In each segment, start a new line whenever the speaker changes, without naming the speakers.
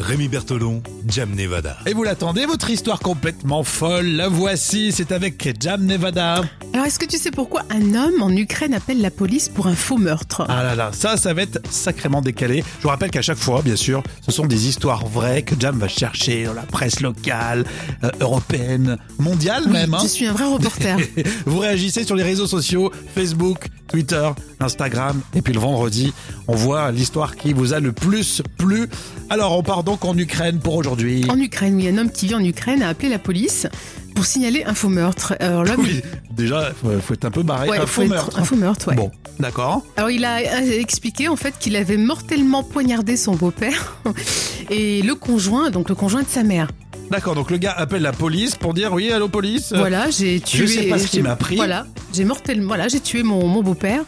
Rémi Bertolon, Jam Nevada.
Et vous l'attendez, votre histoire complètement folle, la voici, c'est avec Jam Nevada.
Alors, est-ce que tu sais pourquoi un homme en Ukraine appelle la police pour un faux meurtre
Ah là là, ça, ça va être sacrément décalé. Je vous rappelle qu'à chaque fois, bien sûr, ce sont des histoires vraies que Jam va chercher dans la presse locale, euh, européenne, mondiale
Oui,
même. hein.
Je suis un vrai reporter.
Vous réagissez sur les réseaux sociaux, Facebook, Twitter, Instagram. Et puis le vendredi, on voit l'histoire qui vous a le plus plu. Alors, on part donc en Ukraine pour aujourd'hui.
en Ukraine, oui, un homme qui vit en Ukraine a appelé la police pour signaler un faux meurtre. Alors, l'homme.
Oui, déjà, faut, faut être un peu barré.
Ouais,
un
faut
faux
être-
meurtre.
Un faux meurtre, ouais.
Bon, d'accord.
Alors, il a euh, expliqué en fait qu'il avait mortellement poignardé son beau-père et le conjoint, donc le conjoint de sa mère.
D'accord, donc le gars appelle la police pour dire oui, allô police.
Voilà, j'ai
Euh, je
tué.
sais pas ce qui
j'ai-
m'a pris.
Voilà, j'ai mortellement. Voilà, j'ai tué mon, mon beau-père.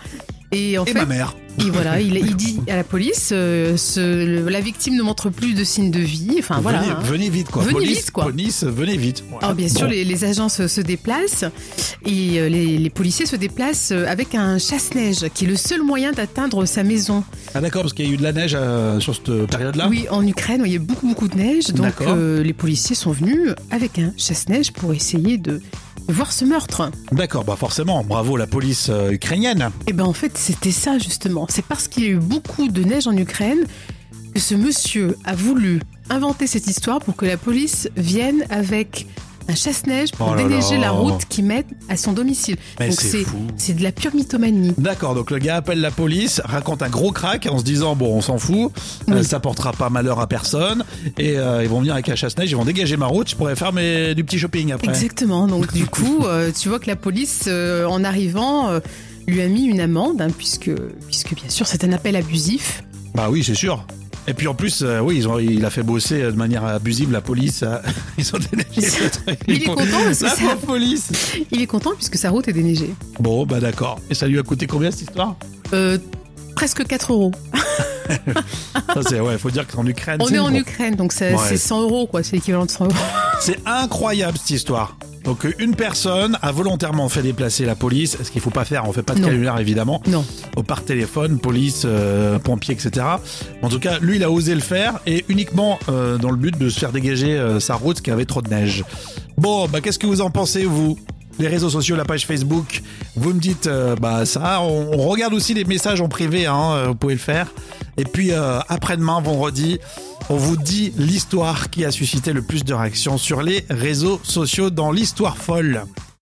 Et en
Et
fait,
ma mère.
Et voilà, il, il dit à la police, euh, ce- le- la victime ne montre plus de signes de vie. Enfin voilà.
venez,
hein.
venez vite quoi.
Venez
police,
vite, quoi.
police, venez vite. Voilà.
Alors bien
Bon.
sûr, les, les agents se, se déplacent et euh, les, les policiers se déplacent euh, avec un chasse-neige qui est le seul moyen d'atteindre sa maison.
Ah d'accord, parce qu'il y a eu de la neige euh, sur cette période-là.
Oui, en Ukraine, il y a beaucoup beaucoup de neige, donc
D'accord.
euh, les policiers sont venus avec un chasse-neige pour essayer de voir ce meurtre.
D'accord, bah forcément, bravo la police euh, ukrainienne.
Et ben en fait, c'était ça justement. C'est parce qu'il y a eu beaucoup de neige en Ukraine que ce monsieur a voulu inventer cette histoire pour que la police vienne avec un chasse-neige pour
Oh là
déneiger
là.
la route qui mène à son domicile.
Mais
Donc
c'est fou.
c'est de la pure mythomanie.
D'accord, donc le gars appelle la police, raconte un gros crack en se disant bon, on s'en fout, euh,
Oui.
ça portera pas malheur à personne, et euh, ils vont venir avec la chasse-neige, ils vont dégager ma route, je pourrais faire mes- du petit shopping après.
Exactement. Donc du coup, euh, tu vois que la police, euh, en arrivant, euh, lui a mis une amende, hein, puisque, puisque bien sûr c'est un appel abusif.
Bah oui, c'est sûr. Et puis en plus, euh, oui, ils ont, il a fait bosser euh, de manière abusive la police. euh, ils ont déneigé le truc.
Il est content parce que
La
ça-
pauvre police.
Il est content puisque sa route est déneigée.
Bon, bah d'accord. Et ça lui a coûté combien cette histoire
Euh, presque 4 euros.
Ça c'est ouais, faut dire qu'en Ukraine.
On
c'est
est en
bon.
Ukraine, donc ça-
Ouais.
c'est 100 euros, quoi. C'est l'équivalent de 100 euros.
C'est incroyable cette histoire. Donc euh, une personne a volontairement fait déplacer la police, ce qu'il faut pas faire, on fait pas de
Non.
canular évidemment,
Non.
au par téléphone, police, euh, pompiers, pompier, etc. En tout cas, lui il a osé le faire et uniquement euh, dans le but de se faire dégager euh, sa route qui avait trop de neige. Bon, bah qu'est-ce que vous en pensez vous les réseaux sociaux, la page Facebook, vous me dites euh, bah ça. On, on regarde aussi les messages en privé, hein, euh, vous pouvez le faire. Et puis euh, après-demain, vendredi, on vous dit l'histoire qui a suscité le plus de réactions sur les réseaux sociaux dans l'histoire folle.